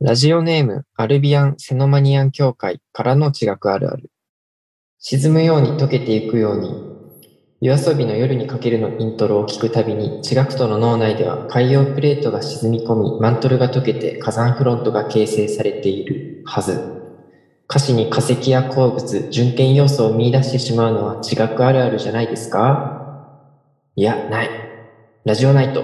ラジオネーム、アルビアン・セノマニアン協会からの地学あるある。沈むように溶けていくように、夜遊びの夜にかけるのイントロを聞くたびに、地学徒の脳内では海洋プレートが沈み込み、マントルが溶けて火山フロントが形成されているはず。歌詞に化石や鉱物、純剣要素を見出してしまうのは地学あるあるじゃないですかいや、ない。ラジオナイト。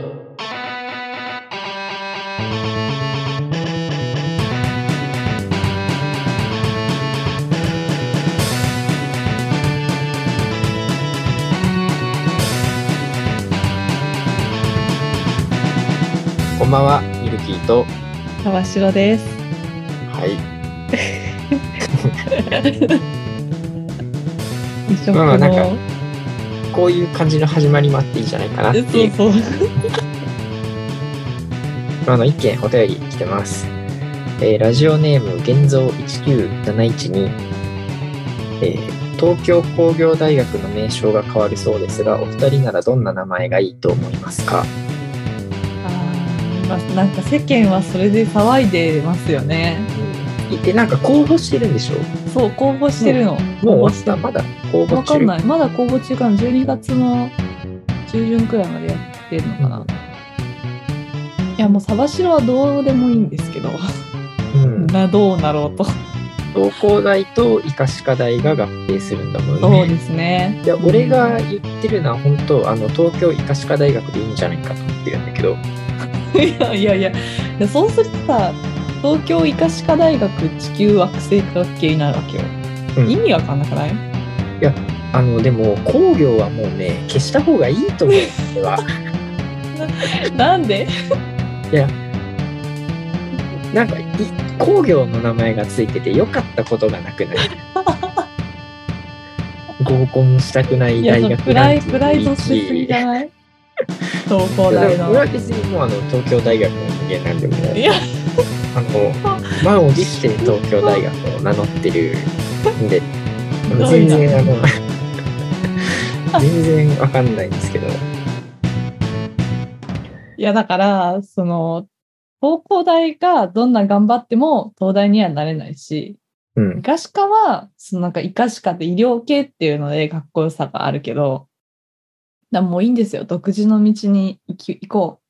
こんばんは、ミルキーと。川城です。はい。一色まあまあなの。んかこういう感じの始まりもあっていいんじゃないかなってそいうう、そう。あの、一件お便り来てます。えーラジオネーム、現像19712に、えー東京工業大学の名称が変わるそうですが、お二人ならどんな名前がいいと思いますかあーまあ、なんか世間はそれで騒いでますよね。で、なんか公募してるんでしょそう、公募してるの。もう終わったまだ公募中わかんない。まだ公募中かな。12月の中旬くらいまでやってるのかな。いや、もう沢城はどうでもいいんですけど、うん。などうなろうと。東工大と医科歯科大が合併するんだもんね。そうですね。 いや俺が言ってるのは本当あの東京医科歯科大学でいいんじゃないかと思ってるんだけどいやいやいやいやそうするとさ東京医科歯科大学地球惑星科学系になるわけよ、うん意味わかんなくないあのでも工業はもうね消した方がいいと思う俺は なんでなんかい工業の名前がついてて良かったことがなくない合コンしたくないいや大そ学のプラなイんてプライドしすぎじゃ ない東工いや大でも俺のは別にもうあの東京大学の人間なんでもういやあの満を持して東京大学を名乗ってるんでどうい全う然のあの 全然わかんないんですけどいやだからその東工大がどんな頑張っても東大にはなれないしうん医科歯科はそのなんか医科歯科って医療系っていうのでかっこよさがあるけどだからもういいんですよ独自の道に行き行こ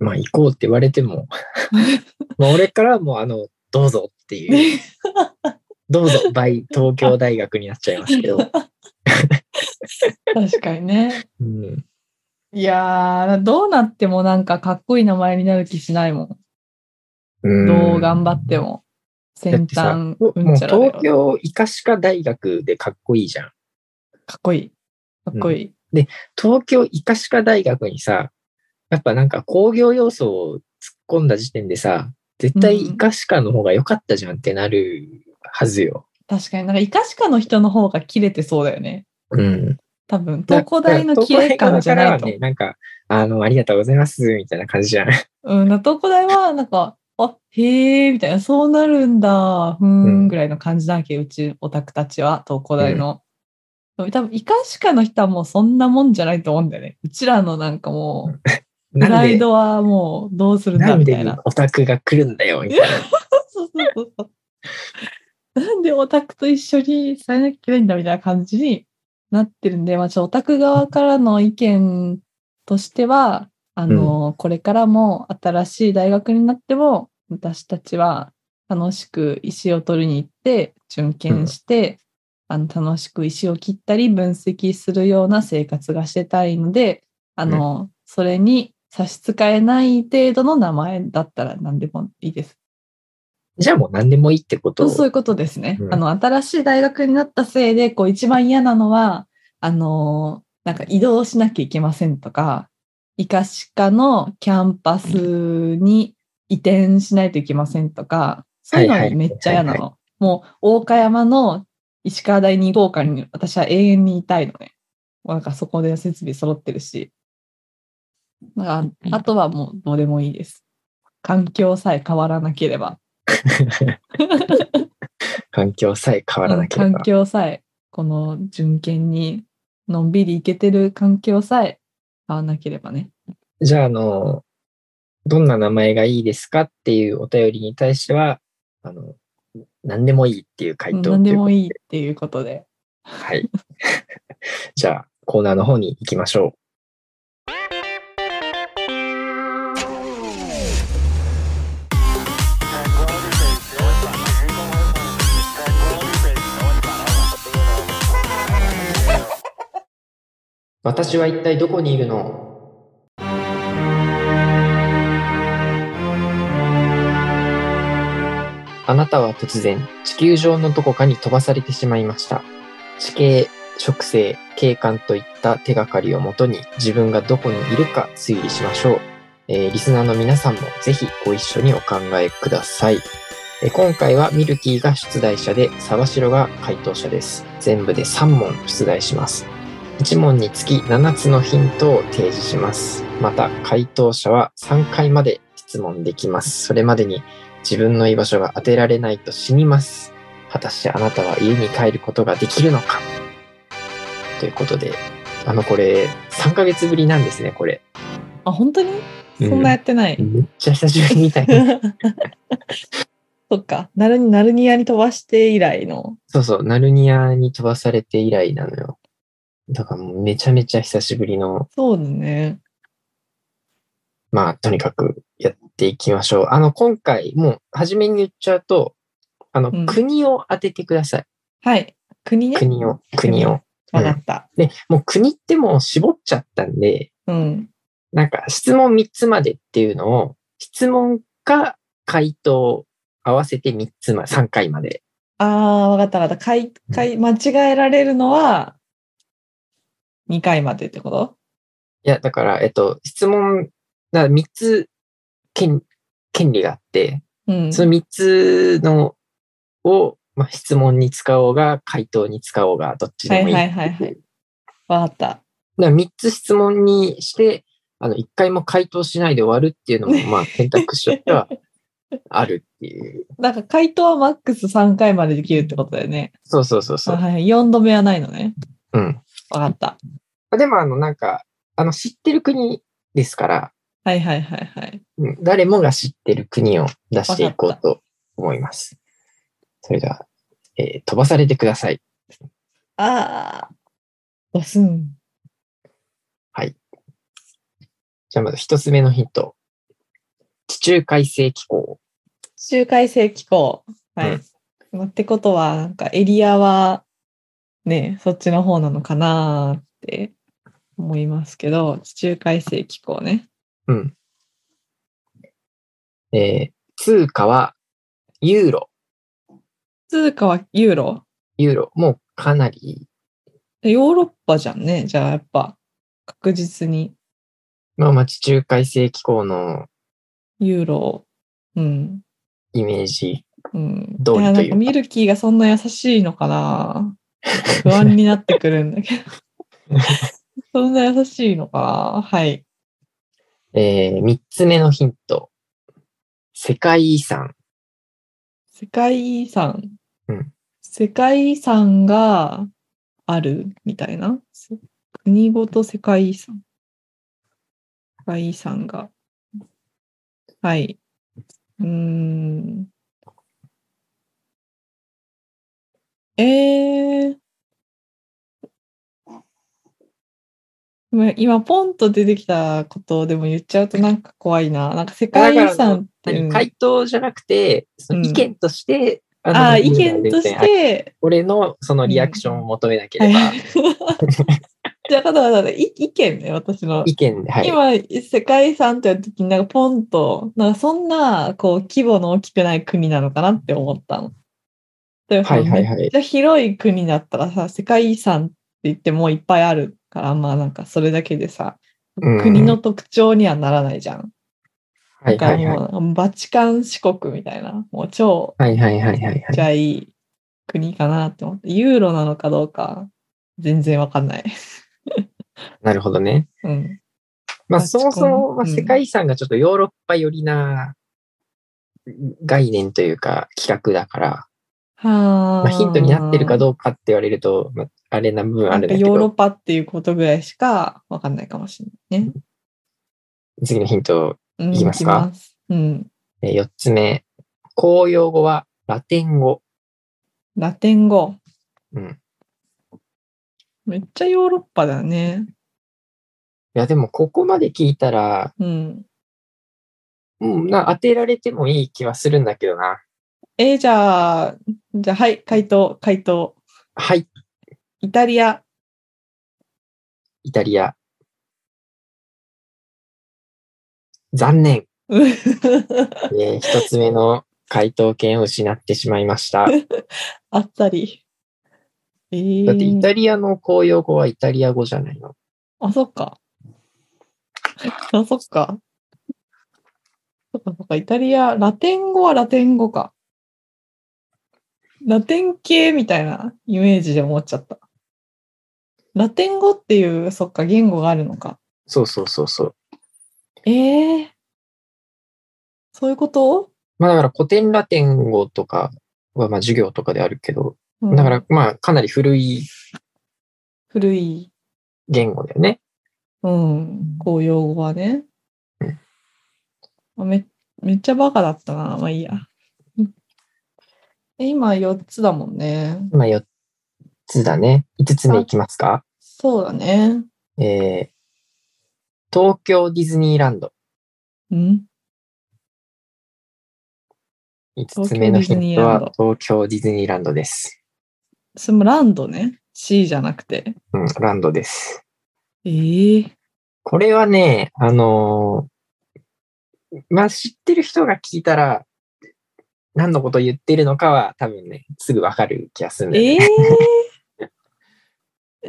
うまあ行こうって言われて もまあ俺からはもうあのどうぞっていうどうぞバイ東京大学になっちゃいますけ ど、確かに ね。うん、いやー、どうなってもなんかかっこいい名前になる気しないもうんん。どう頑張っても。だっ先てさ端もううんちゃらだよ東。京医科歯科大学でかっこいいじゃんかっこいい。かっこいい。東京医科歯科大学にさやっぱなんか工業要素を突っ込んだ時点でさ絶対医科歯科の方が良かったじゃんってなるはずよ、確かになんか、イカシカの人の方が切れてそうだよね。うん、多分、東工大の綺麗感じゃな東工大側いと。からはねなんかあのありがとうございますみたいな感じ じゃんうん、だから東工大はなんか、あ、へーみたいな、そうなるんだ、ふーうんん、ぐらいの感じなわけ、うちオタクたちは、東工大の。でも多分、イカシカの人はもうそんなもんじゃないと思うんだよね。うちらのなんかもう、なプんライでドはもうどうするんなだんみたいでな。オタクが来るんだよみたいな。そうそうそうそうなんでオタクと一緒にされなきゃいけないんだみたいな感じになってるんで、まあ、ちょっとオタク側からの意見としては、あの、これからも新しい大学になっても、私たちは楽しく石を取りに行って、巡検して、あの楽しく石を切ったり分析するような生活がしてたいので、あの、それに差し支えない程度の名前だったら何でもいいです。じゃあもう何でもいいってことそういうことですね。うんあの、新しい大学になったせいで、こう、一番嫌なのは、あのーなんか移動しなきゃいけませんとか、医科歯科のキャンパスに移転しないといけませんとか、そういうのはいはいにめっちゃ嫌なはいの。もう、大岡山の石川大二号館に私は永遠にいたいのね。もうなんかそこで設備揃ってるし。なんかあとはもうどうでもいいです。環境さえ変わらなければ。環境さえ変わらなけれうんば環。境さえこの準研にのんびり行けてる環境さえ合わなければねじゃああの、どんな名前がいいですかっていうお便りに対しては、あの、何でもいいっていう回答何でもい。いいっていうことで。はい。 じゃあ、コーナーの方に行きましょう。私は一体どこにいるのあなたは突然地球上のどこかに飛ばされてしまいました地形植生景観といった手がかりをもとに自分がどこにいるか推理しましょう、えーリスナーの皆さんもぜひご一緒にお考えください、えー今回はミルキーが出題者で沢城が回答者です全部で3問出題します1問につき7つのヒントを提示します。また、回答者は3回まで質問できます。それまでに自分の居場所が当てられないと死にます。果たしてあなたは家に帰ることができるのかということで、あの、これ、3ヶ月ぶりなんですね、これ。あ、本当にそんなやってない。めっちゃ久しぶりみたいな。そっか。ナルニ、ナルニアに飛ばして以来の。 そうそう、ナルニアに飛ばされて以来なのよ。だからもうめちゃめちゃ久しぶりのそうだね。まあ、とにかくやっていきましょう。あの、今回、もう、初めに言っちゃうと、あの、うん国を当ててください。はい。国ね。国を、国を。わかった。で、もう国ってもう絞っちゃったんで、うん。なんか質問3つまでっていうのを、質問か回答合わせて3つまで、3回まで。ああ、わかったわかった。かい、かい、間違えられるのは、2回までってこといや、だから、えっと、質問、だ3つ権、権利があって、うん。その3つのを、まあ、質問に使おうが、回答に使おうが、どっちでもいい。はいはいはいはいわかった。だから3つ質問にして、あの、1回も回答しないで終わるっていうのも、まあ、選択肢としてはあるって いう。なんか回答はマックス3回までできるってことだよね。そうそうそうそあう。はいはい。4度目はないのね。うん。わかった。でも、あの、なんか、あの、知ってる国ですから、はいはいはいはい。うん誰もが知ってる国を出していこうと思います。それでは、えー飛ばされてください。ああ。ドスン。じゃあ、まず一つ目のヒント。地中海性気候。周回性機構。はい。まあってことは、なんかエリアは、ね、そっちの方なのかなーって思いますけど、地中海性機構ね。うん。えー通貨はユーロ。通貨はユーロ。ユーロ。もうかなりヨーロッパじゃんね。じゃあやっぱ、確実にまあまあ地中海性気候のユーロ。うん。イメージ。うん。通りというかやなんかミルキーがそんな優しいのかな不安になってくるんだけど。そんな優しいのかなはい。 えー、三つ目のヒント。世界遺産。世界遺産。うん世界遺産があるみたいな。せ国ごと世界遺産。世界遺産が。はい。うーん。えー。まあ今、ポンと出てきたことをでも言っちゃうとなんか怖いな。なんか世界遺産って。何回答じゃなくて、その意見として、あのああ、意見とし。はいて、俺のそのリアクションを求めなければ、はい、 じゃあ、だからい意見ね、私の。意見で、はい。今、世界遺産ってやるときに、なんかポンと、なんかそんな、こう、規模の大きくない国なのかなって思ったの。例えばはいはいはめっい。ちゃ広い国だったらさ、世界遺産って言ってもういっぱいあるから、まあなんかそれだけでさ、うん国の特徴にはならないじゃん。はいだはからいはい。もう、バチカン四国みたいな、もう超はいはいはいはいはい。ちっちゃい国かなって思って、ユーロなのかどうか、全然わかんない。なるほどね。うん。まあバチそコンもそも、まあ、うん世界遺産がちょっとヨーロッパ寄りな概念というか企画だから、はまあ、ヒントになってるかうどうかって言われると、まあ、あれな部分あるんだけヨーロッど、パっていうことぐらいしかわかんないかもしれないね。次のヒント、うんいきますかいきすうん。えー4つ目、公用語はラテン語。ラテン語。うん。めっちゃヨーロッパだね。いや、でもここまで聞いたら、うん。うん、な当てられてもいい気はするんだけどな。えーじゃあ、じゃあ、はい、回答、回答。はい、イタリア。 イタリア。残念。うんえー、1つ目の回答権を失ってしまいま した。だあったり。えー、ってイタリアの公用語はイタリア語じゃないの。あ、そっか。 あ、そっか。そっかそっか、イタリア、ラテン語はラテン語か。ラテン系みたいなイメージで思っちゃった。ラテン語っていう、そっか、言語があるのか。そうそうそうそう。ええそういうこと、まあだから古典ラテン語とかはまあ授業とかであるけど、うんだからまあかなり古い古い、言語だよね。うん、公用語はねうん。あめめっちゃバカだったな。まあいいや。え今4つだもんね。まあ4つだね。5つ目いきますか。そうだね。えー、東京ディズニーランド。うん。 5つ目のヒントは東東京ディズニーランドです。それもランドね。C じゃなくて。うん、ランドです。ええこれはね、あのーまあ、知ってる人が聞いたら、何のこと言ってるのかは多分ね、すぐわかる気がするんだよねえ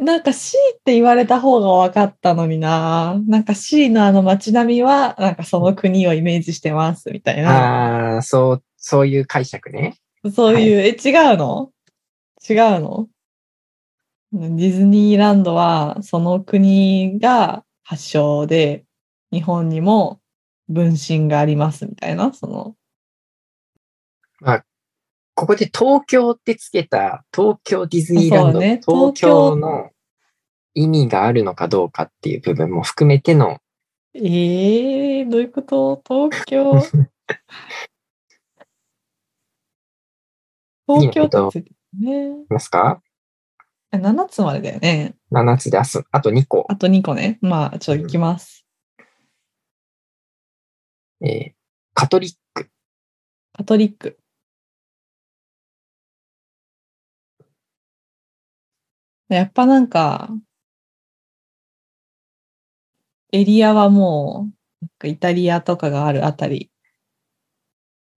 え なんか C って言われた方が分かったのにな。なんか C のあの街並みは、なんかその国をイメージしてますみたいな。ああ、そう、そういう解釈ね。そういう、え、違うの違うのディズニーランドはその国が発祥で、日本にも分身がありますみたいな、その。ここで東京ってつけた東京ディズニーランそド、うね東京の意味があるのかどうかっていう部分も含めての、ええどういうこと東 京。 東京都ってね。いますかえ7つまでだよね。 ?7 つであすあと2個。あと2個ね。まあ、ちょっといきます。えーカトリック、カトリック。やっぱなんか、エリアはもう、なんかイタリアとかがあるあたり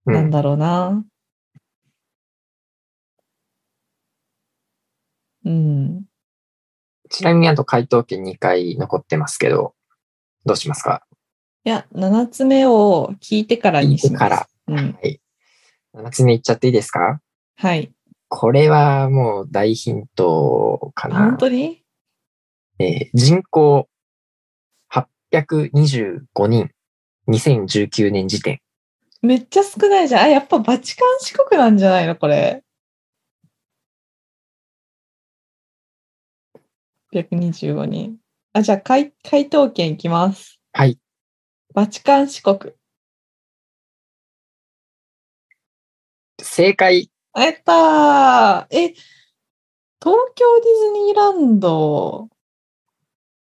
うなんん、だろうな。うん。ちなみにあと回答権2回残ってますけど、どうしますかいや、7つ目を聞いてからにします。聞いてかうん。はい。7つ目いっちゃっていいですかはい。これはもう大ヒントかな本。当にえー人口825人、2019年時点。めっちゃ少ないじゃん。あ、やっぱバチカン四国なんじゃないのこれ。125人。あ、じゃあ回、回答権いきます。はい。バチカン四国。正解。あやったーえ、東京ディズニーランド。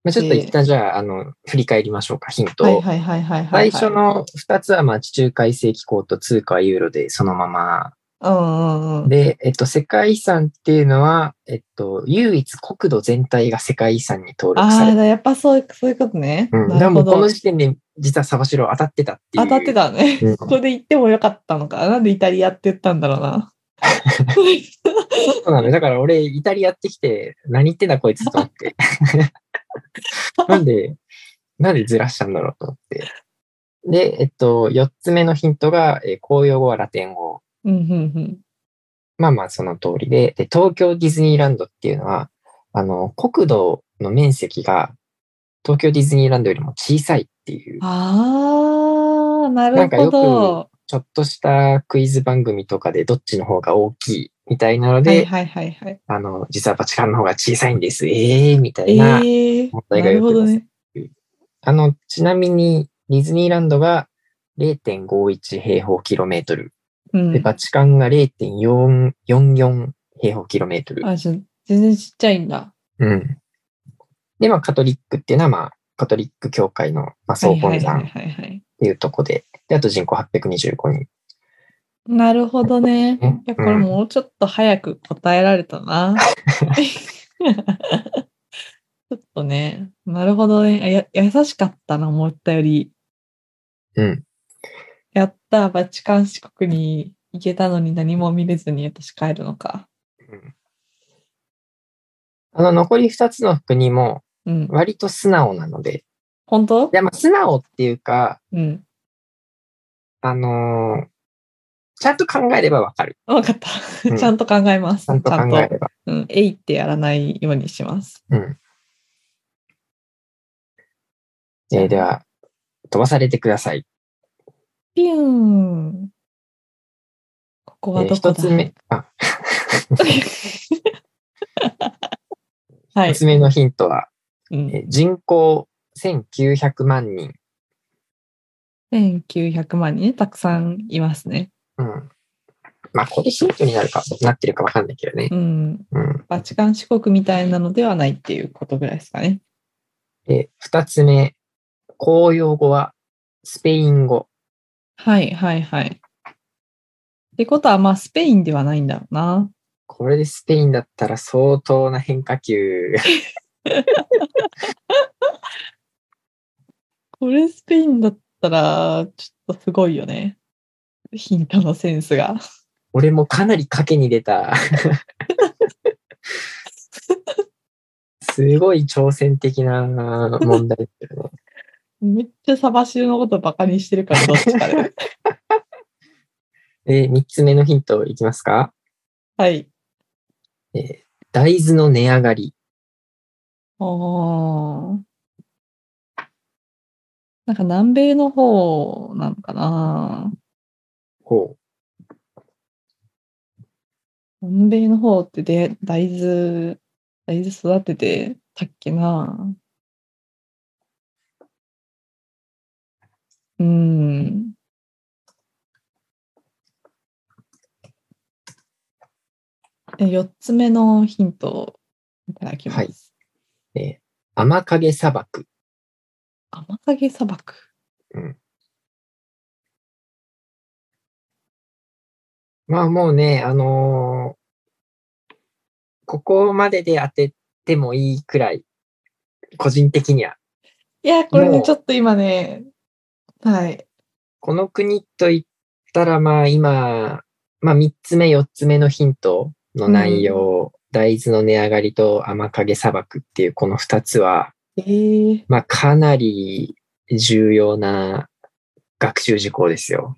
まあ、ちょっとえー一旦じゃあ、あの、振り返りましょうか、ヒントを。はいはいはいはいはい、はい。最初の2つは、まあ、地中海性気候と通貨ユーロでそのまま。うんうんうん。で、えっと、世界遺産っていうのは、えっと、唯一国土全体が世界遺産に登録さあれあ、る。だやっぱそうそういうことね。うん、だなからるもほうこどの。時点で、実はサバシロ当たってたっていう。当たって。たね。うんここで行ってもよかったのか。なんでイタリアって言ったんだろう な。そうなのよ。だから俺、イタリアってきて、何言ってんだこいつと思 って。なんで、なんでずらしたんだろうと思って。で、えっと、4つ目のヒントが、えー公用語はラテン語。うんうんまあまあ、その通りでで、東京ディズニーランドっていうのは、あの、国土の面積が東京ディズニーランドよりも小さいっていううん。、ああ、ななんるかよほくど。ちょっとしたクイズ番組とかでどっちの方が大きいみたいなので、はいはいはいはい。あの、実はバチカンの方が小さいんです。ええー、みたいな。ええ問な題がるよほくど出ねせ。あの、ちなみに、ディズニーランドが0.51平方キロメートル。うんで、バチカンが0.44平方キロメートル。あ、じゃあ全然ちっちゃいんだ。うん。で、まあ、カトリックっていうのは、まあ、カトリック教会の、まあ、総本はい山っはいはいはい。ていうとこで、で、あと人口825人。なるほどね。いねや、これもうちょっと早く答えられたな。ちょっとね、なるほどね。あや優しかったな、思ったより。うん。やった、バチカン四国に行けたのに何も見れずに私帰るのか。あの、残り2つの国も、うん。割と素直なので、本当いや、まあ、素直っていうか、うん。あのーちゃんと考えればわかる。わかった。うんちゃんと考えます。ちゃんと考ちゃえんとれば。うん。えいってやらないようにします。うん。えーでは、飛ばされてください。ピューン。ここえはーどこ一だ、つ目、あ、はい一。つ目のヒントは、うんえー人口1900万人。 1900万人ね、たくさんいますね。うん。まあ、これヒントになるか、なってるかわかんないけどねう。ん。うん。バチカン四国みたいなのではないっていうことぐらいですかね。で、二つ目、公用語はスペイン語。はいはいはい。ってことは、まあ、スペインではないんだろうな。これでスペインだったら相当な変化球。 これスペインだったら、ちょっとすごいよね。ヒントのセンスが。俺もかなり賭けに出た。すごい挑戦的な問題ですよね。めっちゃサバシルのことバカにしてるから、どっちかで。で、三つ目のヒントいきますか。はい。大豆の値上がり。ああ。なんか南米の方なのかな。ほ南米の方ってで大豆、大豆育ててたっけな。うん。で4つ目のヒントをいただきます。う。えー、雨影砂漠。雨影砂漠。まあもうね、あのーここまでで当ててもいいくらい、個人的には、いや、これもね、うちょっと今ね、はい。この国といったら、まあ今、まあ3つ目、4つ目のヒントの内容、大豆の値上がりと雨影砂漠っていうこの2つは、えー、まあかなり重要な学習事項ですよ。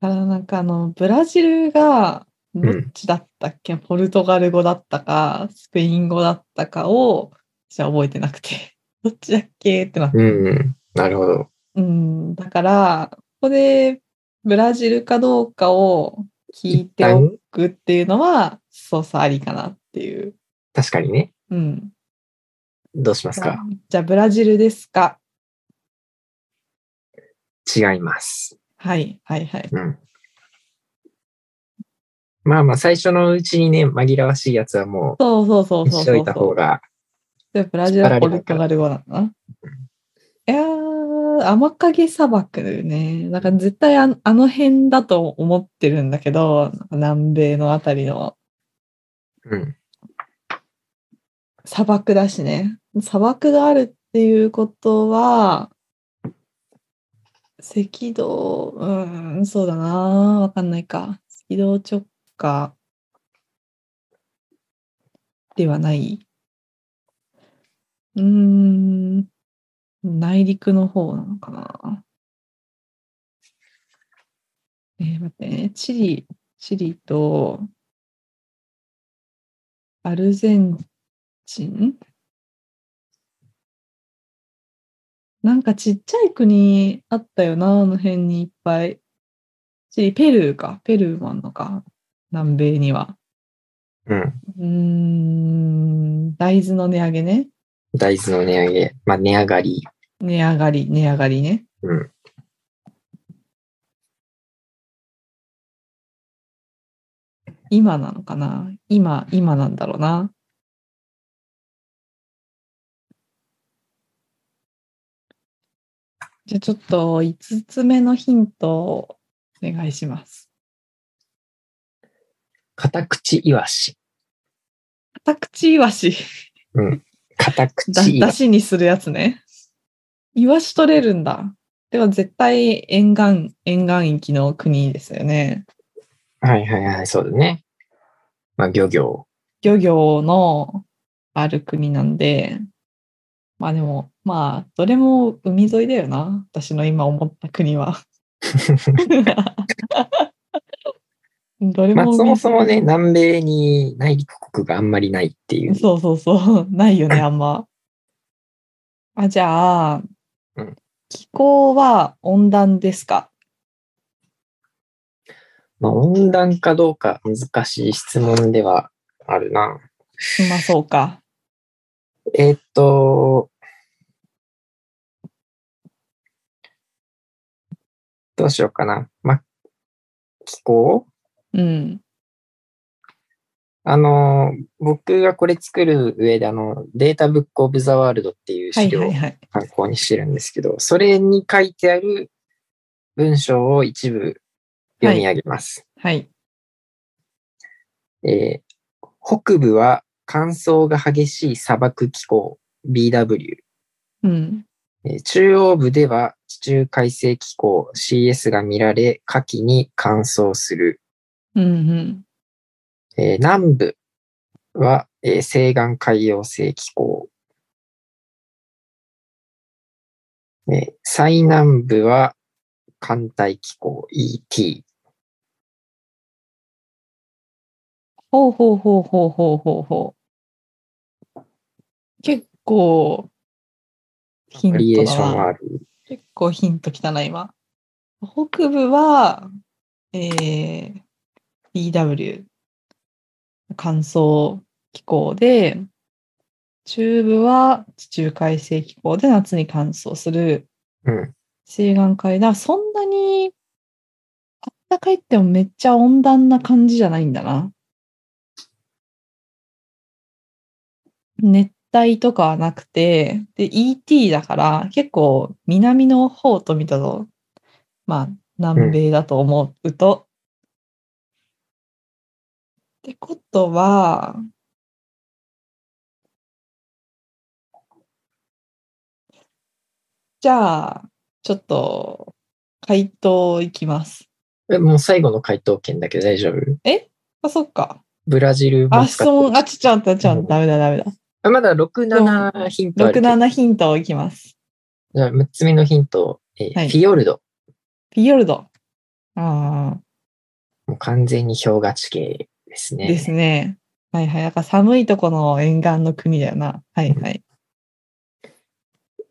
だからなんかあの、ブラジルが、どっちだったっけ、ポルトガル語だったか、スペイン語だったかを、じゃあ覚えてなくて、 どっちだっけってなって。うん、なるほど。うん、だから、ここで、ブラジルかどうかを聞いておくっていうのは、そうさありかなっていう。確かにね。うん。どうしますかじゃあ、ブラジルですか違います。はい、はい、はい。うん。まあまあ、最初のうちにね、紛らわしいやつはもそうそうそうう、そうしそとういた方が、で、ブラジルはポルトガル語なのかな。いやー、雨影砂漠ね。なんか絶対ああの辺だと思ってるんだけど、なんか南米のあたりのうん。砂漠だしね。砂漠があるっていうことは、赤道、うーん、そうだなわかんないか。赤道直下ではない。うーん、内陸の方なのかな。えー、待ってね。チリ、チリと、アルゼンチンなんかちっちゃい国あったよな、あの辺にいっぱい。チリ、ペルーか。ペルーもあんのか。南米には。うん。うーん、大豆の値上げね。大豆の値上げ、まあ、値上がり。値上がり、値上がりね。うん。今なのかな今、今なんだろうな。じゃあちょっと5つ目のヒントをお願いします。カタクチイワシ。カタクチイワシ。カタクだ、チイだワシ。しにするやつね。イワシ取れるんだ。では絶対沿岸、沿岸域の国ですよね。はいはいはい、そうだね。まあ、漁業。漁業のある国なんで、まあでも、まあ、どれも海沿いだよな。私の今思った 国は。どれまあ、もそ海沿もいそもね、南米に内陸国があんまりないっていう。そうそうそう。ないよね、あんま。あ、じゃあ、うん気候は温暖ですかまあ、温暖かどうか難しい質問ではあるな。まあそうか。えーっと、どうしようかな。まあ、気候うん。あの、僕がこれ作る上で、あの、データブックオブザワールドっていうは資い料はをいはい。参考にしてるんですけど、それに書いてある文章を一部読み上げます。はい。えー北部は乾燥が激しい砂漠気候 BW、うん。えー中央部では地中海性気候 CS が見られ、夏季に乾燥する。うんうん。えー南部は、えー西岸海洋性気候。えー最南部は寒帯気候 ET。ほうほうほうほうほうほうほう。結構、ヒンバリエトーショだンはな。ある。結構ヒントきたな、今。北部は、えー、BW、乾燥気候で、中部は地中海性気候で夏に乾燥する。うん。西岸海だ。そんなに、あったかいってもめっちゃ温暖な感じじゃないんだな。熱帯とかはなくて、で、ET だから、結構南の方と見たと、まあ、南米だと思うと。ってことは、じゃあ、ちょっと、回答いきます。えもう最後の回答権だけど大丈夫あ、そっか。ブラジルもあ、使質って問、あ、ちょ、ちょ、ちょ、ちょ、ダメだ、ダメだ。あまだ6、7ヒントある6、けど。 7ヒントいきます。じゃあ6つ目のヒント、えーはいフィヨルド。フィヨルド。ああ、もう完全に氷河地形ですね。ですね。はいはい。なんか寒いとこの沿岸の国だよな。はいはい。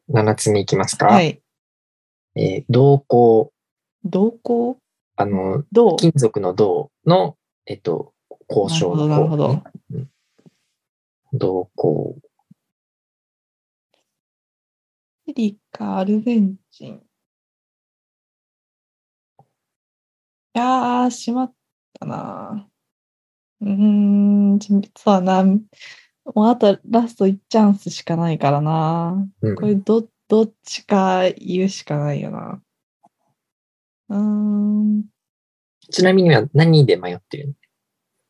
7つ目いきますか。はい。えー銅鉱、同行あの、どう金属の銅の、えっと、交渉のなるほど銅なねるうん銅鉱。チリかアルゼンチン。いやー、しまったな。うーん、実はな、もうあとラスト1チャンスしかないからな。うんこれど、どっちか言うしかないよな。うーん。ちなみには何で迷ってるの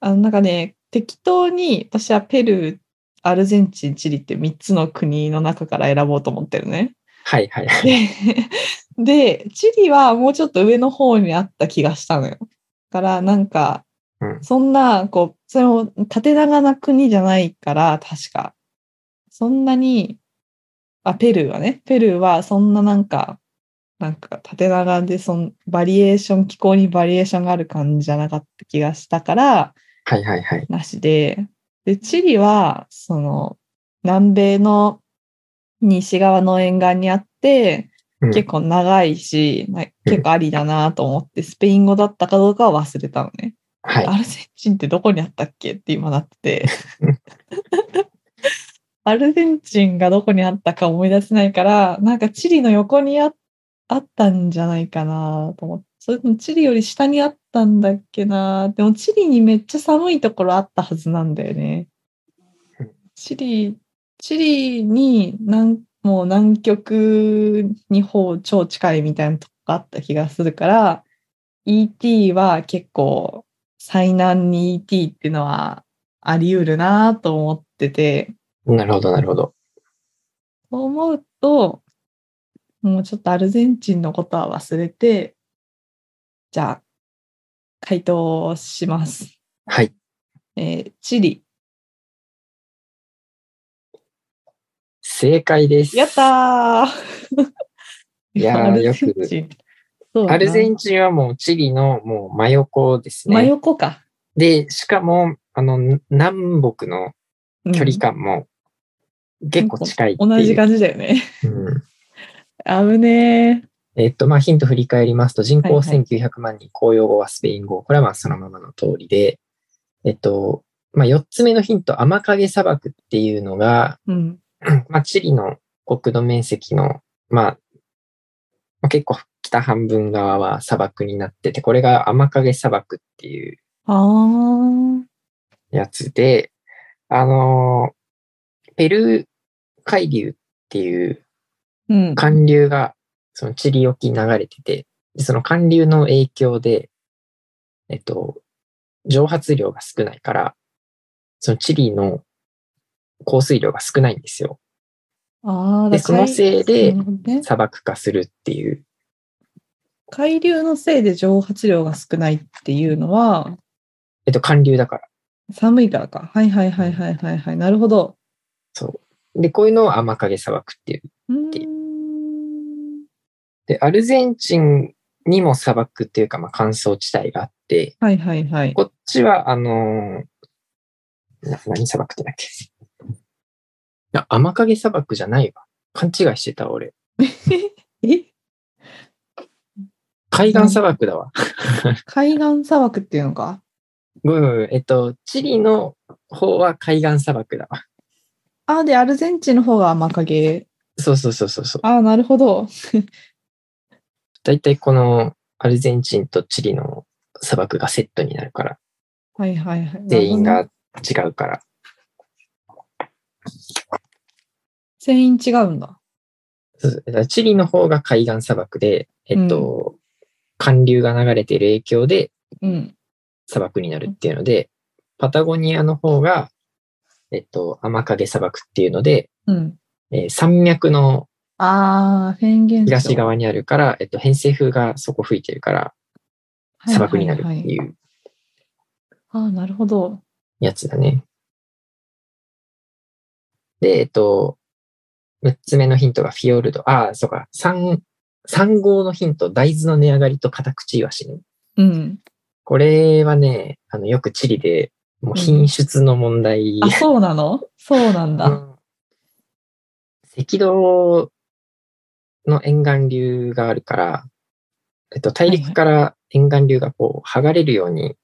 あの、なんかね、適当に私はペルー、アルゼンチン、チリって3つの国の中から選ぼうと思ってるね。はいはいはい。で、 でチリはもうちょっと上の方にあった気がしたのよ。だから、なんかうん、そんな、こう、それも縦長な国じゃないから、確か。そんなに、あ、ペルーはね、ペルーはそんななんか、なんか縦長でそのバリエーション、気候にバリエーションがある感じじゃなかった気がしたから、はいはいはい。なしで、で、チリは、その、南米の西側の沿岸にあって、うん結構長いし、うなん結構ありだなと思って、スペイン語だったかどうかは忘れたのね。はい。アルゼンチンってどこにあったっけって今なってて。 アルゼンチンがどこにあったか思い出せないから、なんかチリの横にああったんじゃないかなと思って、それともチリより下にあったんだっけな。でもチリにめっちゃ寒いところあったはずなんだよねうん。チリ、チリに南もう南極にほう超近いみたいなとこがあった気がするから、ET は結構最南に ET っていうのはあり得るなと思ってて、なるほど、なるほど。そう思うと、もうちょっとアルゼンチンのことは忘れて、じゃあ、回答します。はい。えーチリ。正解です。やったーいやー アルゼンチンそうだなアルゼンチンはもうチリのもう真横です真ね。横か。で、しかも、あの、南北のうん距離感も結構近いっていう。同じ感じだよね。うん危ねーえっと、まあ、ヒント振り返りますと、人口はいはい1900万人、公用語はスペイン語。これはまあ、そのままの通りで、えっと、まあ、4つ目のヒント、雨影砂漠っていうのが、うん。まあ、チリの国土面積の、まあ、まあ結構北半分側は砂漠になってて、これが雨影砂漠っていうあー。やつで、あのーペルー海流っていううん。寒流がそのチリ沖に流れてて、でその寒流の影響で、えっと、蒸発量が少ないから、そのチリの降水量が少ないんですよ。あーでだからそのせいでなるほどね砂漠化するっていう。海流のせいで蒸発量が少ないっていうのは、えっと、寒流だから。寒いからか。はいはいはいはいはいはい。なるほど。そう。で、こういうのを雨影砂漠っていう。うーん。で、アルゼンチンにも砂漠っていうか、まあ、乾燥地帯があって、はいはいはい。こっちは、あのーな何砂漠ってだっけいや、雨影砂漠じゃないわ。勘違いしてた、俺。え海岸砂漠だわ。海岸砂漠っていうのかごめんごめん。えっと、チリの方は海岸砂漠だわ。ああ、で、アルゼンチンの方が雨影。そうそうそうそうそう。ああ、なるほど。だいたいこのアルゼンチンとチリの砂漠がセットになるから、はいはいはい。全員なるほどね。が違うから。全員違うんだ。そうそうだからチリの方が海岸砂漠で、えっと、寒流が流れている影響でうん。砂漠になるっていうので、パタゴニアの方が、えっと、雨影砂漠っていうので、うん。えー山脈のああ、フェーン現象。東側にあるから、えっと、偏西風がそこ吹いてるから、砂漠になるってはいはいはいいうああ、なるほど。やつだね。で、えっと、6つ目のヒントがフィヨルド。ああ、そうか。3、3号のヒント、大豆の値上がりとカタクチイワシね。うん。これはね、あの、よくチリで、もう品質の問題あ、そうなのそうなんうだ。ん赤道の沿岸流があるから、えっと、大陸から沿岸流がこう剥がれるように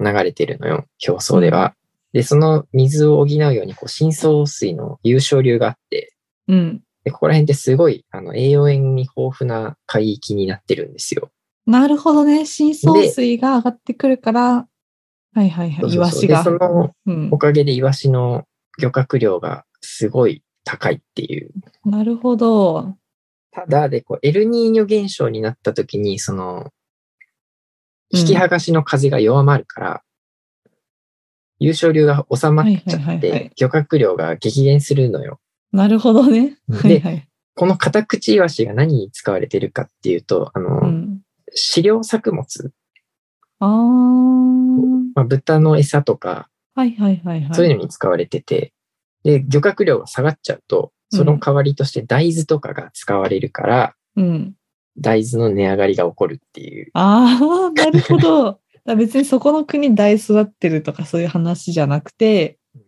流れてるのよ、表層では。で、その水を補うようにこう深層水の湧昇流があって、うん。でここら辺ってすごいあの栄養塩に豊富な海域になってるんですよ。なるほどね。深層水が上がってくるから、はいはいはそうい。イそうワそうシが。で、そのうんお、かげでイワシの漁獲量がすごい高いっていうなるほど。ただ、で、こう、エルニーニョ現象になった時に、その、うん引き剥がしの風が弱まるから、優勝流が収まっちゃはいっはいはいはいて、漁獲量が激減するのよ。なるほどね。ではいはい。このカタクチイワシが何に使われてるかっていうと、あの、うん。飼料作物、ああ。まあ、豚の餌とか、はいはいはいはい。そういうのに使われてて、で、漁獲量が下がっちゃうと、その代わりとして大豆とかが使われるから、うん。大豆の値上がりが起こるっていう。ああ、 なるほど。だから別にそこの国大育ってるとかそういう話じゃなくてうん、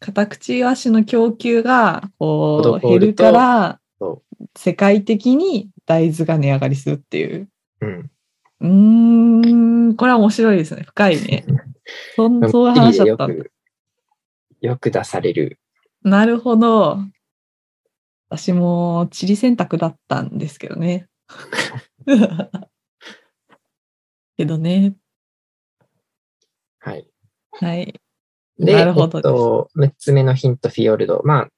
カタクチイワシの供給がこう滞減るるとからそ、世界的に大豆が値上がりするっていう。うん。うーん、これは面白いですね。深いね。そんそういう話だったんだ。よくよく出される。なるほど。私も地理選択だったんですけどね。 けどね。はい。はい。で、なるほどえっと、6つ目のヒント、フィヨルド。まあ、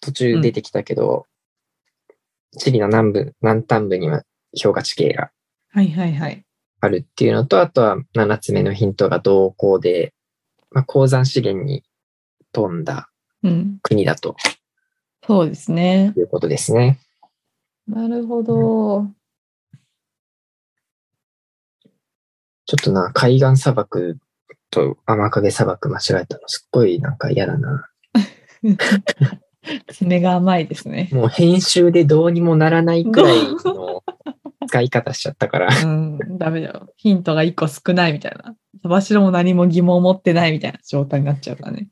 途中出てきたけど、チリの南部、南端部には氷河地形がはいはいはい。あるっていうのと、あとは7つ目のヒントが同行で、まあ、鉱山資源に富んだうん。国だとそうですね。いうことですね。なるほど。ちょっとな、海岸砂漠と雨影砂漠間違えたの、すっごいなんか嫌だな。 爪が甘いですね。もう編集でどうにもならないくらい の使い方しちゃったから。うん、ダメだよ。ヒントが1個少ないみたいな。サバシロも何も疑問を持ってないみたいな状態になっちゃうからね。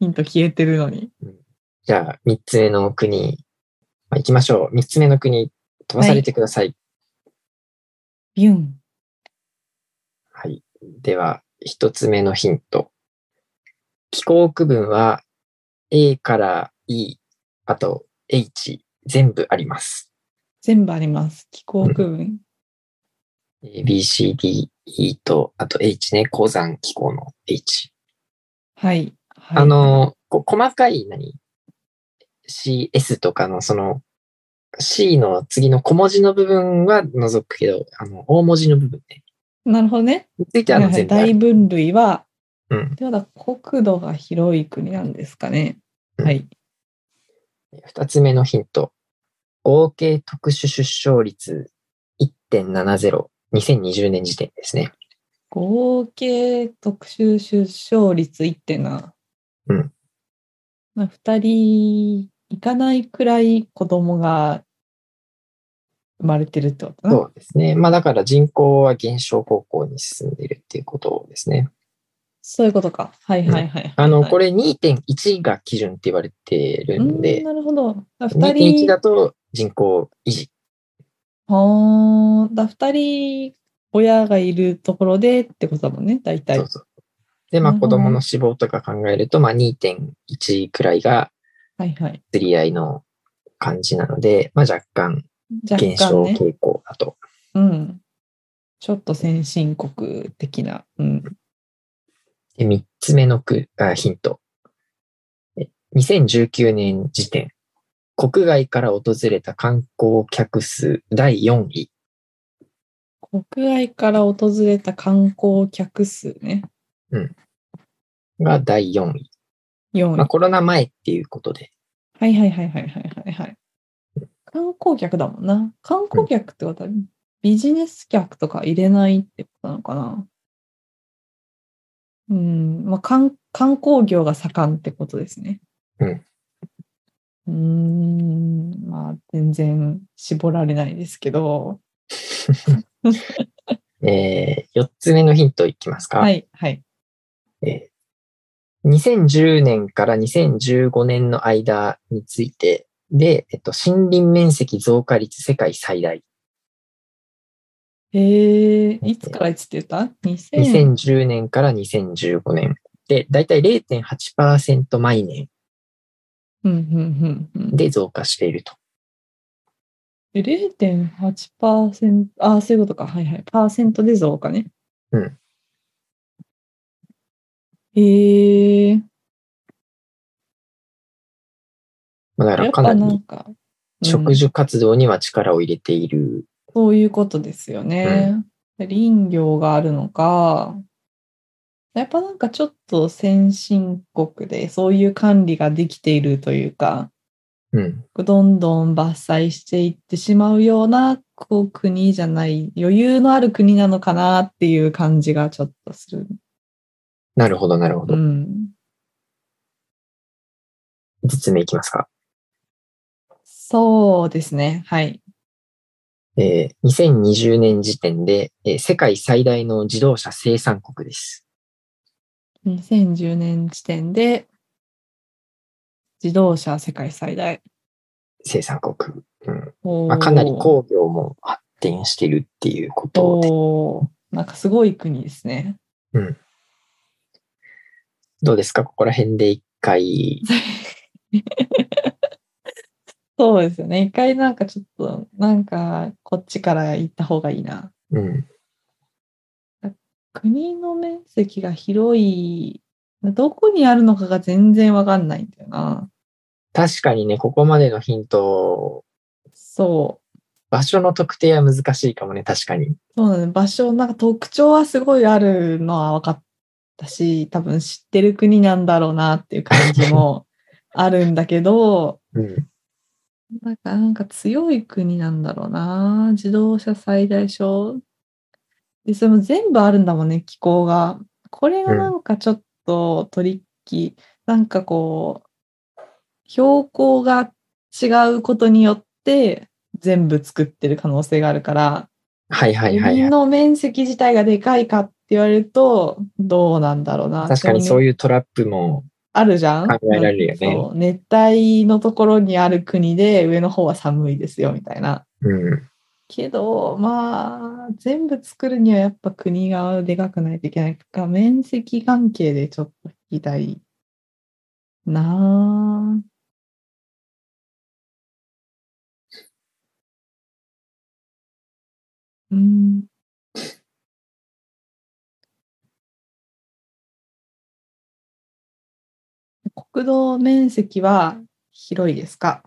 ヒント消えてるのに。じゃあ、三つ目の国、まあ、行きましょう。三つ目の国、飛ばされてください。ビュン。はい。では、一つ目のヒント。気候区分は A から E、あと H、全部あります。全部あります。気候区分。 A B、C、D、E と、あと H ね、鉱山気候の H。はい。はい、あ、の、こ細かい何 ?CS とかのその C の次の小文字の部分は除くけど、あの、大文字の部分ね。なるほどね。についてはあはいのはい全部ある大分類は、うん。まだ国土が広い国なんですかね。うんはい。二つ目のヒント。合計特殊出生率1.70。2020年時点ですね。合計特殊出生率1.7。うん。まあ、2人いかないくらい子供が生まれてるってことかな。そうですね。まあだから人口は減少方向に進んでいるっていうことですね。そういうことか。はいはいはいはい。あの、これれ2.1が基準って言われてるんで、なるほど。だから二2.1人、だと人口維持。はあ、だから二人親がいるところでってことだもんね、大体そう。そう。で、まあなる子ほど供の死亡とか考えると、まあ2.1くらいがはいはい。釣り合いの感じなので、まあ若干若減少干ね。傾向だと。うん。ちょっと先進国的な。うん。で、三つ目のくあヒント。え2019年時点、国外から訪れた観光客数第4位。国外から訪れた観光客数ね。が第4位。 4位。まあ、コロナ前っていうことで。はいはいはいはいはいはいはい。観光客だもんな。観光客ってことは、ビジネス客とか入れないってことなのかな。うん、まあ、観観光業が盛んってことですね。うん。うーん、まあ、全然絞られないですけど。えー、4つ目のヒントいきますか。はいはい。えー2010年から2015年の間についてで、えっと、森林面積増加率世界最大。えー、いつからいつって言った ?2000。 2010年から2015年。で、だいたい0.8%毎年うんうんうんうん。で増加していると。え0.8%、ああ、そういうことか。はいはい。パーセントで増加ね。うん。ええまあだかやらっかぱななりんか、植うん樹活動には力を入れている。そういうことですよね。林業があるのか、やっぱなんかちょっと先進国でそういう管理ができているというか、うん。どんどん伐採していってしまうようなこう国じゃない、余裕のある国なのかなっていう感じがちょっとする。なるほど、なるほうど。ん。 5つ目いきますか。そうですね。はい。えー、2020年時点で、えー世界最大の自動車生産国です。 2010年時点で、自動車世界最大。生産国。うん。おーまあ、かなり工業も発展してるっていうことで。おーなんかすごい国ですね。どうですかここら辺で一 回。そうですよね。一回なんかちょっと、なんかこっちから行った方がいいな。うん。国の面積が広い、どこにあるのかが全然わかんないんだよな。確かにね、ここまでのヒント、そ場所の特定は難しいかもね、確かに。う。そうだね。場所、なんか特徴はすごいあるのは分かったし、多分知ってる国なんだろうなっていう感じもあるんだけど、うん。なんか、なんか強い国なんだろうな。自動車最大賞。で、それも全部あるんだもんね、気候が。これがなんかちょっとトリッキー。なんかこう、標高が違うことによって全部作ってる可能性があるから、はいはいはい国はい。の面積自体がでかいかって言われると、どうなんだろうな。確かにそういう。いうトラップも、あるじゃん考えられるよねそう熱帯のところにある国で上の方は寒いですよみたいな。うん。けど、まあ、全部作るにはやっぱ国がでかくないといけないから、面積関係でちょっと引きたいなあうん。国土面積は広いですか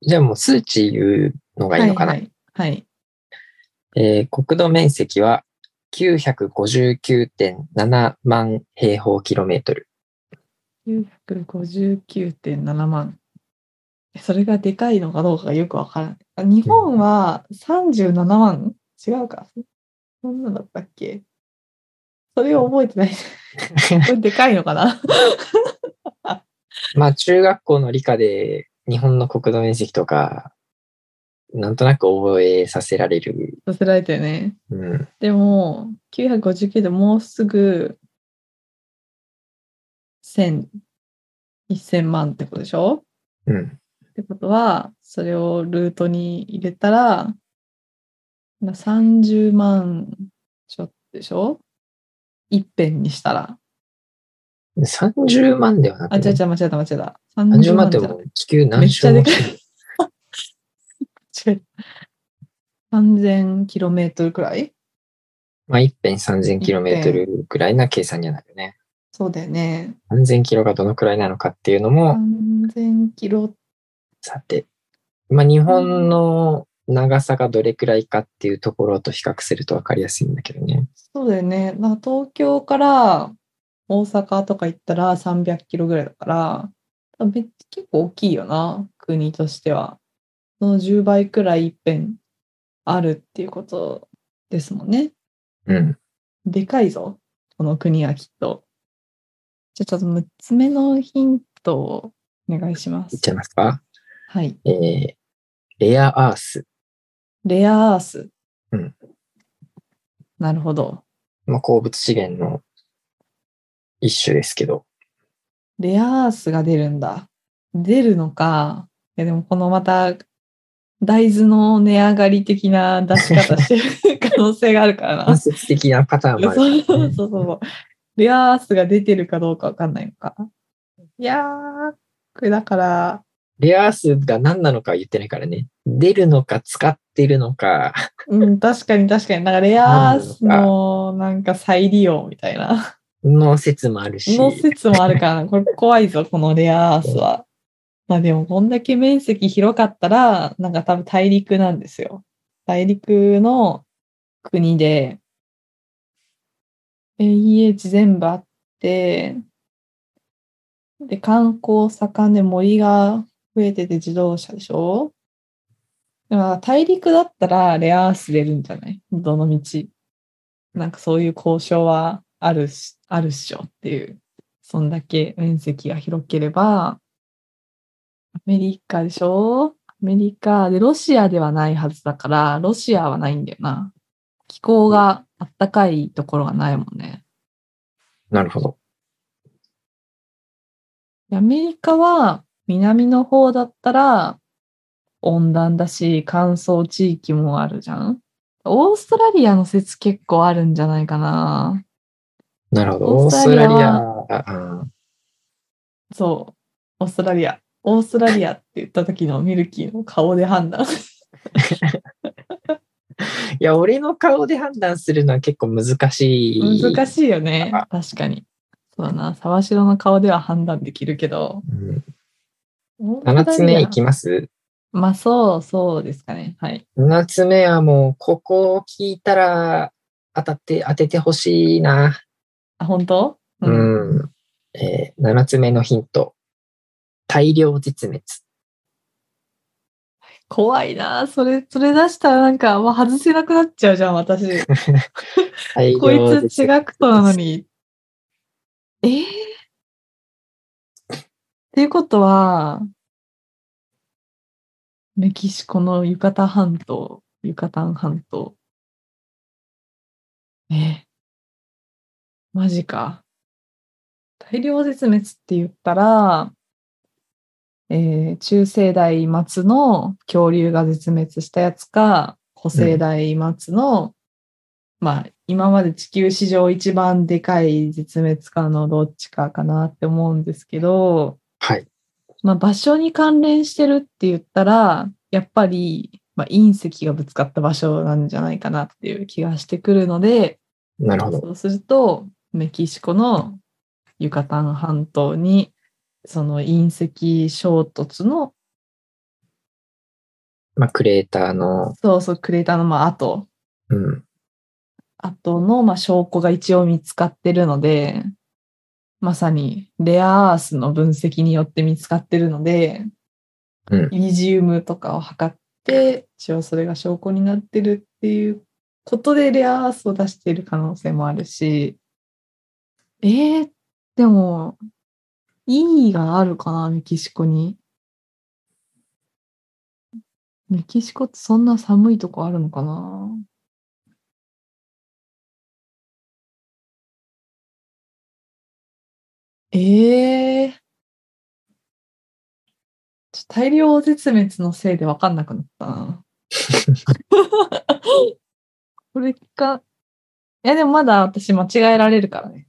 じゃあもう数値言うのがいいのかな。はい、はい。はい。えー国土面積は959.7万平方キロメー トル。 959.7万。それがでかいのかどうかがよくわからないあ。日本は37万違うか。そんなだったっけそれを覚えてない。これでかいのかなまあ中学校の理科で日本の国土面積とか、なんとなく覚えさせられる。させられたよね。うん。でも、959でもうすぐ1000、1000万ってことでしょうん。ってことは、それをルートに入れたら、まあ30万ちょっとでしょ一遍にしたら。 30万ではなあ、く違うて、違う、間違えた、間違えた。 30 30万万ってじゃもう地球何周めもっちゃしでてる。違 う。3000キロメートルくらいまあ一辺 3000km くらいな計算にはなるよね。そうだよね。 3000km がどのくらいなのかっていうのも、 3000キロ。さて、まあ、日本の長さがどれくらいかっていうところと比較すると分かりやすいんだけどね。そうだよね。なんか東京から大阪とか行ったら300キロぐらいだから、多分め結構大きいよな、国としては。その10倍くらい一遍あるっていうことですもんね。うん。でかいぞ、この国はきっと。じゃあちょっと6つ目のヒントをお願いしいまっす。ちゃいますか。はい。えー、レアアース。レアアース。うんなるほど。まあ、鉱物資源の一種ですけど。レアアースが出るんだ。出るのか。いやでもこのまた大豆の値上がり的な出し方してる可能性があるから な。間接的なパターンもある。そうそうそうそう。レアアースが出てるかどうかわかんないのか。いやー、これだから、レアアースが何なのかは言ってないからね。出るのか使ってるのか。うん、確かに確かに。なんかレアアースのなんか再利用みたいな。の説もあるし。の説もあるからな。これ怖いぞ、このレアアースは。まあでも、こんだけ面積広かったら、なんか多分大陸なんですよ。大陸の国で、AEH 全部あって、で、観光盛んで森が増えてて自動車でしょだから大陸だったらレアアース出るんじゃないどの道。なんかそういう交渉はあるし、あるっしょっていう。そんだけ面積が広ければ、アメリカでしょアメリカで、ロシアではないはずだから、ロシアはないんだよな。気候があったかいところがないもんね。なるほど。アメリカは南の方だったら温暖だし乾燥地域もあるじゃん。オーストラリアの説結構あるんじゃないかな。なるほど。オオーースストトララリリアアあ、そう。オーストラリア。オーストラリアって言った時のミルキーの顔で判断。いや、俺の顔で判断するのは結構難しい。難ししいよね。確かに。そうだな。沢城の顔では判断できるけど。い。うん、7つ目いきますまあ、そう、そうですかね。はい。 ?7 つ目はもう、ここを聞いたら当たって、当ててほしいな。あ、本当ん。うん。えー、7つ目のヒント。大量絶滅。怖いな。それ、それ出したらなんか、もう外せなくなっちゃうじゃん、 私。大こ量い絶つ違くとなのに。えー、っていうことは、メキシコのユカタン半島、ユカタン半島。えー、マジか。大量絶滅って言ったら、えー中生代末の恐竜が絶滅したやつか、古生代末の、まあ、今まで地球史上一番でかい絶滅かのどっちかかなって思うんですけど、はい。まあ、場所に関連してるって言ったら、やっぱり、まあ、隕石がぶつかった場所なんじゃないかなっていう気がしてくるので、なるほど。そうすると、メキシコのユカタン半島に、その隕石衝突の、まあ、クレーターの、そうそう、クレーターのまあ跡、うん。後の、まあ、証拠が一応見つかってるので、まさにレアアースの分析によって見つかってるので、うんリジウムとかを測って、一応それが証拠になってるっていうことでレアアースを出している可能性もあるし、えー、でも、意義があるかな、メキシコに。メキシコってそんな寒いとこあるのかなええちょ大量絶滅のせいで分かんなくなった な。これか。いや、でもまだ私間違えられるからね。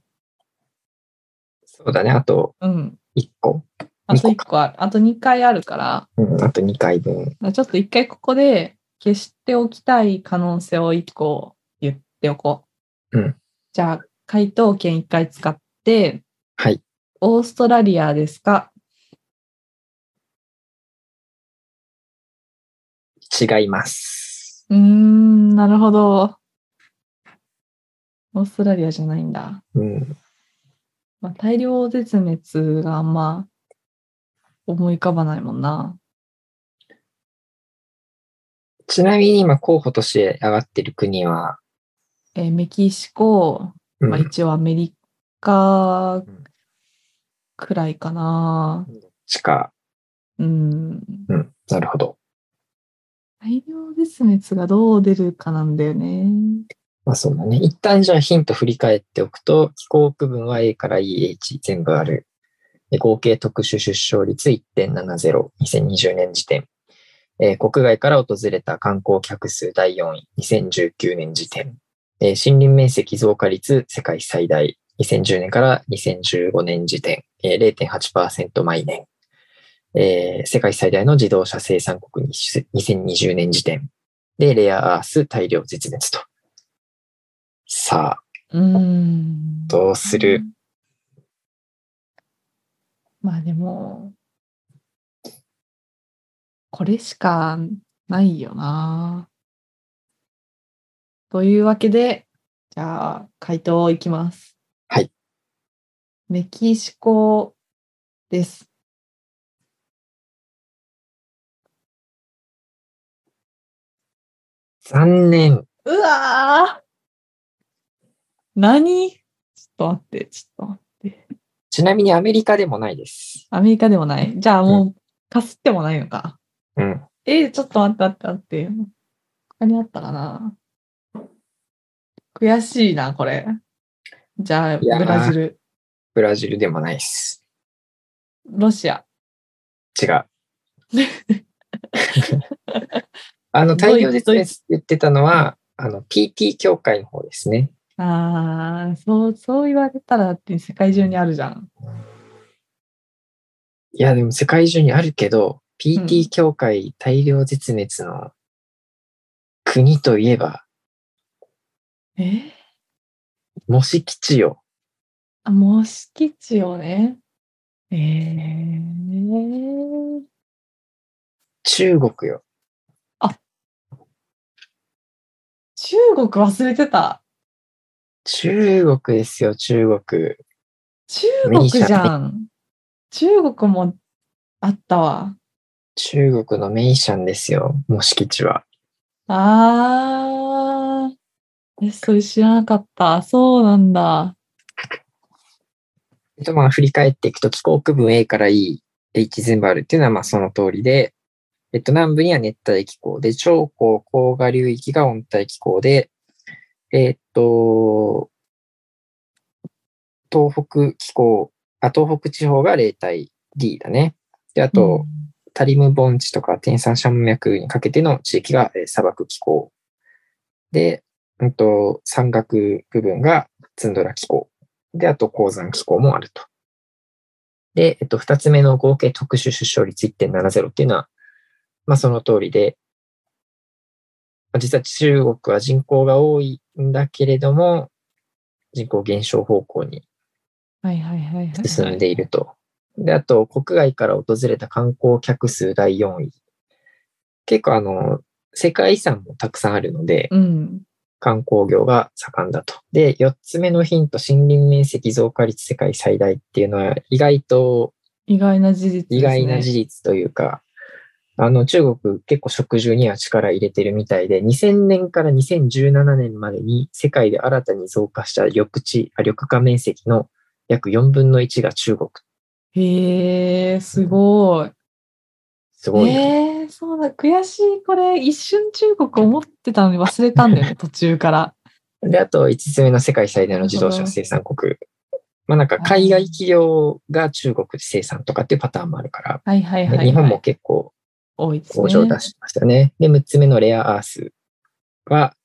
そうだね。あとうん。 1個。あと二1個ある。あと2回あるから、うん。あと2回分。ちょっと1回ここで消しておきたい可能性を1個言っておこう。うんじゃあ、回答権1回使って、はい。オーストラリアですか違います。うーん、なるほど。オーストラリアじゃないんだ。うん。まあ、大量絶滅があんま思い浮かばないもんな。ちなみに今候補として上がってる国は、えーメキシコ、うんまあ、一応アメリカんくらいかな。しか、うん。うん。なるほど。大量絶滅がどう出るかなんだよね。まあそうだね。一旦じゃあヒント振り返っておくと、気候区分は A から EH 全部ある。で合計特殊出生率1.70、2020年時点。えー国外から訪れた観光客数第4位、2019年時点。えー森林面積増加率世界最大、2010年から2015年時点、えー0.8%毎年。えー世界最大の自動車生産国に2020年時点。で、レアアース大量絶滅と。さあ、うん。どうする、まあでも、これしかないよな。というわけで、じゃあ、回答いきます。はい。メキシコです。残念。うわー何ちょっと待って、ちょっと待って。ちなみにアメリカでもないです。アメリカでもない。じゃあもう、かすってもないのか。うん。えー、ちょっと待って待って待って。他にあったかな悔しいな、これ。じゃあ、ブやーラジル、ブラジルでもないです。ロシア。違 う。あの、大量絶滅って言ってたのは、あの、PT 協会の方ですね。ああ、そう、そう言われたらだって世界中にあるじゃん。いや、でも世界中にあるけど、うん PT 協会大量絶滅の国といえば、え模試基地よ。あ、模式地をね。えー、中国よ。中国忘れてた。中国ですよ、中国。中国じゃん。中国もあったわ。中国のメイシャンですよ、模試基地は。あー。え、それ知らなかった。そうなんだ。えっと、まあ、振り返っていくと、気候区分 A から E、H 全部あるっていうのは、まあ、その通りで、えっと、南部には熱帯気候で、長江、黄河流域が温帯気候で、えっと、東北気候、あ、東北地方が冷帯 D だね。で、あと、タリム盆地とか天山山脈にかけての地域がえー砂漠気候。で、うんと、山岳部分がツンドラ気候。で、あと鉱山気候もあると。で、えっと、二つ目の合計特殊出生率1.70っていうのは、まあその通りで、まあ実は中国は人口が多いんだけれども、人口減少方向にうん。はいはいはいはい、はい。進んでいると。で、あと、国外から訪れた観光客数第4位。結構、あの、世界遺産もたくさんあるので、うん。観光業が盛んだと。で、4つ目のヒント、森林面積増加率世界最大っていうのは、意外と意外な事実です、ね。意外な事実というか、あの、中国結構食住には力入れてるみたいで、2000年から2017年までに世界で新たに増加した緑地、あ緑化面積の約4分の1が中国。へえ、すごい。すごい。ええそうだ、悔しい。これ、一瞬中国思ってたのに忘れたんだ よね、途中から。で、あと5つ目の世界最大の自動車生産国。まあなんか海外企業が中国で生産とかっていうパターンもあるから、はいはいはい、ねはい。日本も結構多いですね。工場を出してましたね。で、6つ目のレアアースは、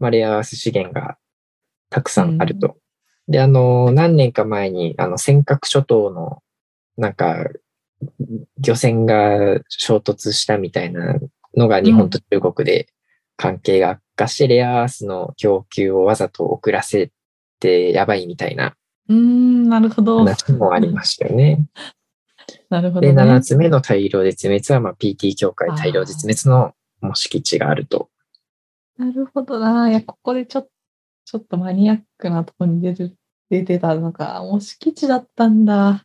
まあレアアース資源がたくさんあると。で、あの、何年か前に、あの、尖閣諸島の、なんか、漁船が衝突したみたいなのが日本と中国で関係が悪化して、レアアースの供給をわざと遅らせてやばいみたいなうーん、なるほど。な話もありましたよね。るほど、で、ね。 7つ目の大量絶滅は、まあ、PT 協会大量絶滅の模式地があると。なるほどな。いや、ここでちょっと、ちょっとマニアックなとこに出る、出てたのが、もう敷地だったんだ。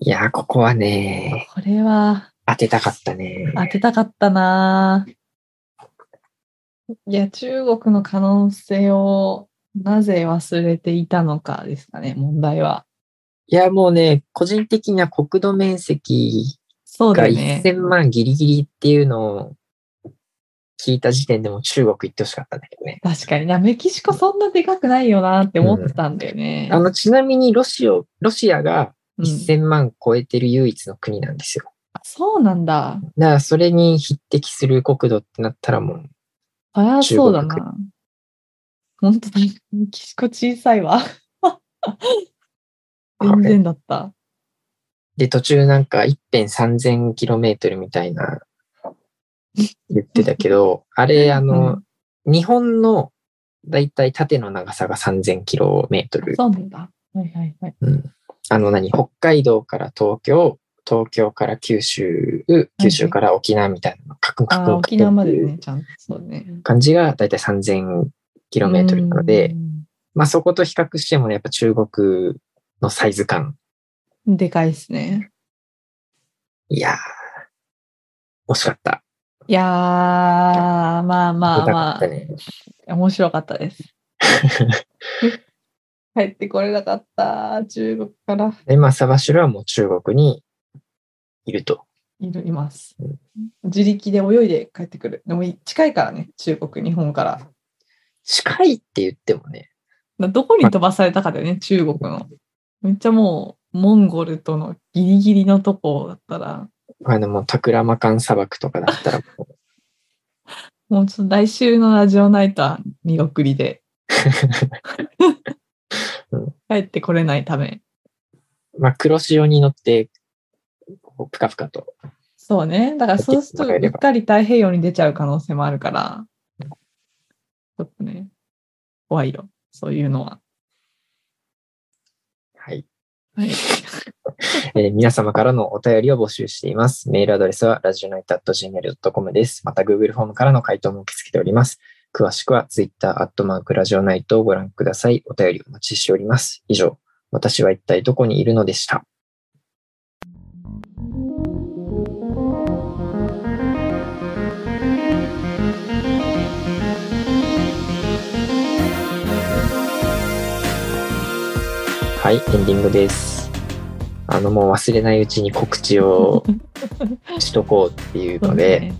いやー、ここはね、これは、当てたかったね。当てたかったな。いや、中国の可能性を、なぜ忘れていたのかですかね、問題は。いや、もうね、個人的には国土面積そうがだね。 1000万ギリギリっていうのを聞いた時点でもう中国行ってほしかったんだけどね。確かにな、メキシコそんなでかくないよなって思ってたんだよね。あの、ちなみにロシア、ロシアがうん1000万超えてる唯一の国なんですよ。あそうなんだ。だから、それに匹敵する国土ってなったらもう、そりゃそうだ中な。本当にメキシコ小さいわ。全然だった。で、途中なんか一辺三千キロメートルみたいな言ってたけど、あれ、あの、日本のだいたい縦の長さが三千キロメートル。そうなんだ。はいはいはい。うんあの何、北海道から東京、東京から九州、九州から沖縄みたいな、カクンカあクンーカク沖ン縄まってでいね、うちゃんとそうね。感じがだいたい三千キロメートルなので、まあそこと比較してもね、やっぱ中国のサイズ感。うん。でかいですね。いやー、惜しかった。いやー、まあまあ痛かまったね。あ、面白かっ たです。帰ってこれなかった。中国からで、まあ、サバシュルはもう中国にいると。いるいますう。自力で泳いで帰ってくる。でも近いからね、中国、日本から。近いって言ってもね、などこに飛ばされたかだよね、中国の。めっちゃもう、モンゴルとのギリギリのとこだったら、あの、もうタクラマカン砂漠とかだったらもう、もうちょっと来週のラジオナイトは見送りで うん。 帰ってこれないため。まあ、黒潮に乗って、こうぷかぷかと。そうね。だからそうすると、うっかり太平洋に出ちゃう可能性もあるから、ちょっとね、怖いよ。そういうのは。はい。はい。えー皆様からのお便りを募集しています。メールアドレスは、ラジオナイト at gmail.com です。また、Google フォームからの回答も受け付けております。詳しくは、Twitter、アットマークラジオナイトをご覧ください。お便りお待ちしております。以上、私は一体どこにいるのでした。はい、エンディングです。あの、もう忘れないうちに告知をしとこうっていうので、ね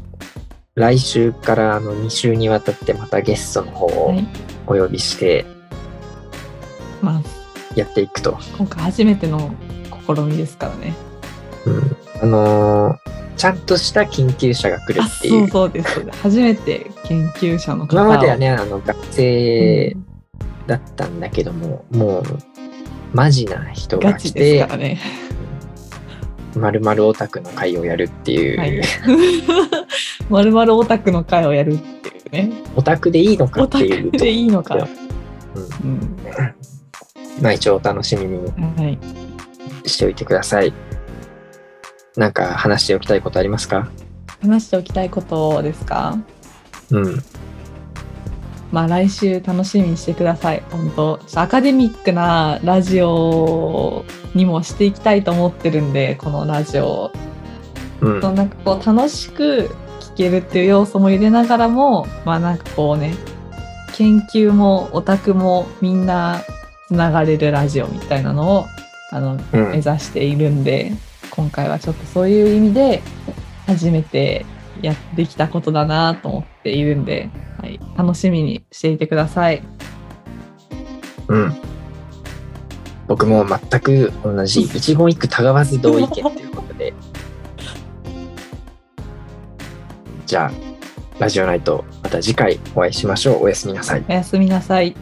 来週からあの2週にわたってまたゲストの方をはいお呼びしてまあ、やっていくと。今回初めての試みですからね。うん、あのーちゃんとした研究者が来るあ、ってい。そううそうです。初めて研究者の方今をまではね、あの学生だったんだけども、もうマジな人ガが来チですてか、らね。まるまるオタクの会をやるっていう、はい。 まるまるオタクの会をやるっていうね。オタクでいいのかオっタていうクでいいのか。うん。まあ一応お楽しみにはい。しておいてください。なんか話しておきたいことありますか話しておきたいことですかうん。まあ来週楽しみにしてください。本当ちょっとアカデミックなラジオにもしていきたいと思ってるんで、このラジオ。うんそ。うなんかこう楽しく聞けるっていう要素も入れながらも、まあなんかこうね、研究もオタクもみんなつながれるラジオみたいなのを、あの、う目指ん。しているんで、今回はちょっとそういう意味で初めてやってきたことだなと思っているんで、はい、楽しみにしていてください。うん。僕も全く同じ一言一句たがわず同意見ということで。じゃあ、ラジオナイト、また次回お会いしましょう。おやすみなさい。おやすみなさい。